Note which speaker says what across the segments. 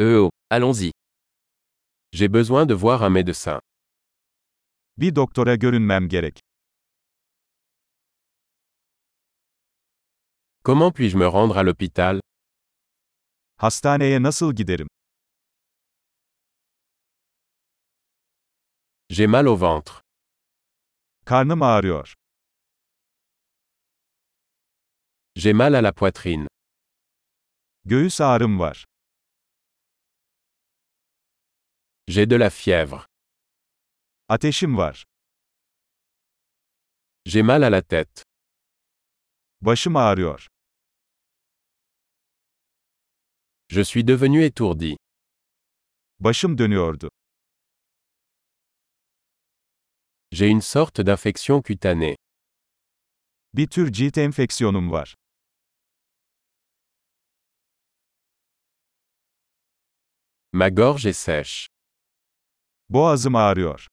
Speaker 1: Euh oh, allons-y.
Speaker 2: J'ai besoin de voir un médecin.
Speaker 3: Bir doktora görünmem gerek.
Speaker 2: Comment puis-je me rendre à l'hôpital
Speaker 3: Hastaneye nasıl giderim?
Speaker 2: J'ai mal au ventre.
Speaker 3: Karnım ağrıyor.
Speaker 2: J'ai mal à la poitrine.
Speaker 3: Göğüs ağrım var.
Speaker 2: J'ai de la fièvre.
Speaker 3: Ateşim var.
Speaker 2: J'ai mal à la tête.
Speaker 3: Başım ağrıyor.
Speaker 2: Je suis devenu étourdi.
Speaker 3: Başım dönüyordu.
Speaker 2: J'ai une sorte d'infection cutanée.
Speaker 3: Bir tür cilt enfeksiyonum var.
Speaker 2: Ma gorge est sèche.
Speaker 3: Boğazım ağrıyor.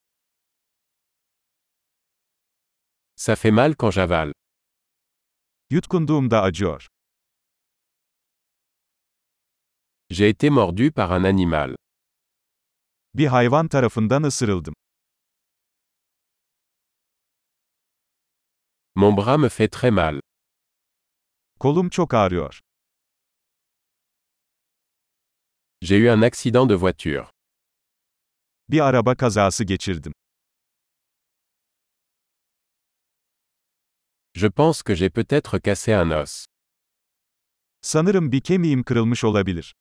Speaker 2: Ça fait mal quand j'avale.
Speaker 3: Yutkunduğumda acıyor.
Speaker 2: J'ai été mordu par un animal.
Speaker 3: Bir hayvan tarafından ısırıldım.
Speaker 2: Mon bras me fait très mal.
Speaker 3: Kolum çok ağrıyor.
Speaker 2: J'ai eu un accident de voiture.
Speaker 3: Bir araba kazası geçirdim.
Speaker 2: Je pense que j'ai peut-être cassé un os.
Speaker 3: Sanırım bir kemiğim kırılmış olabilir.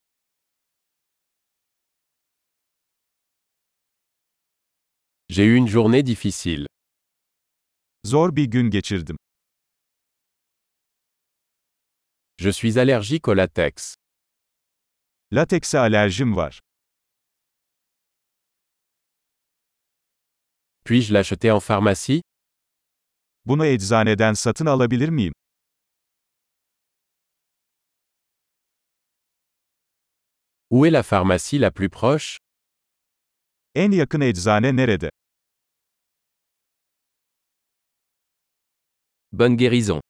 Speaker 2: J'ai eu une journée difficile.
Speaker 3: Zor bir gün geçirdim.
Speaker 2: Je suis allergique au latex.
Speaker 3: Latekse alerjim var.
Speaker 2: Puis-je l'acheter en pharmacie
Speaker 3: Bunu eczaneden satın alabilir miyim?
Speaker 2: Où est la pharmacie la plus proche
Speaker 3: En yakın eczane nerede?
Speaker 1: Bonne guérison.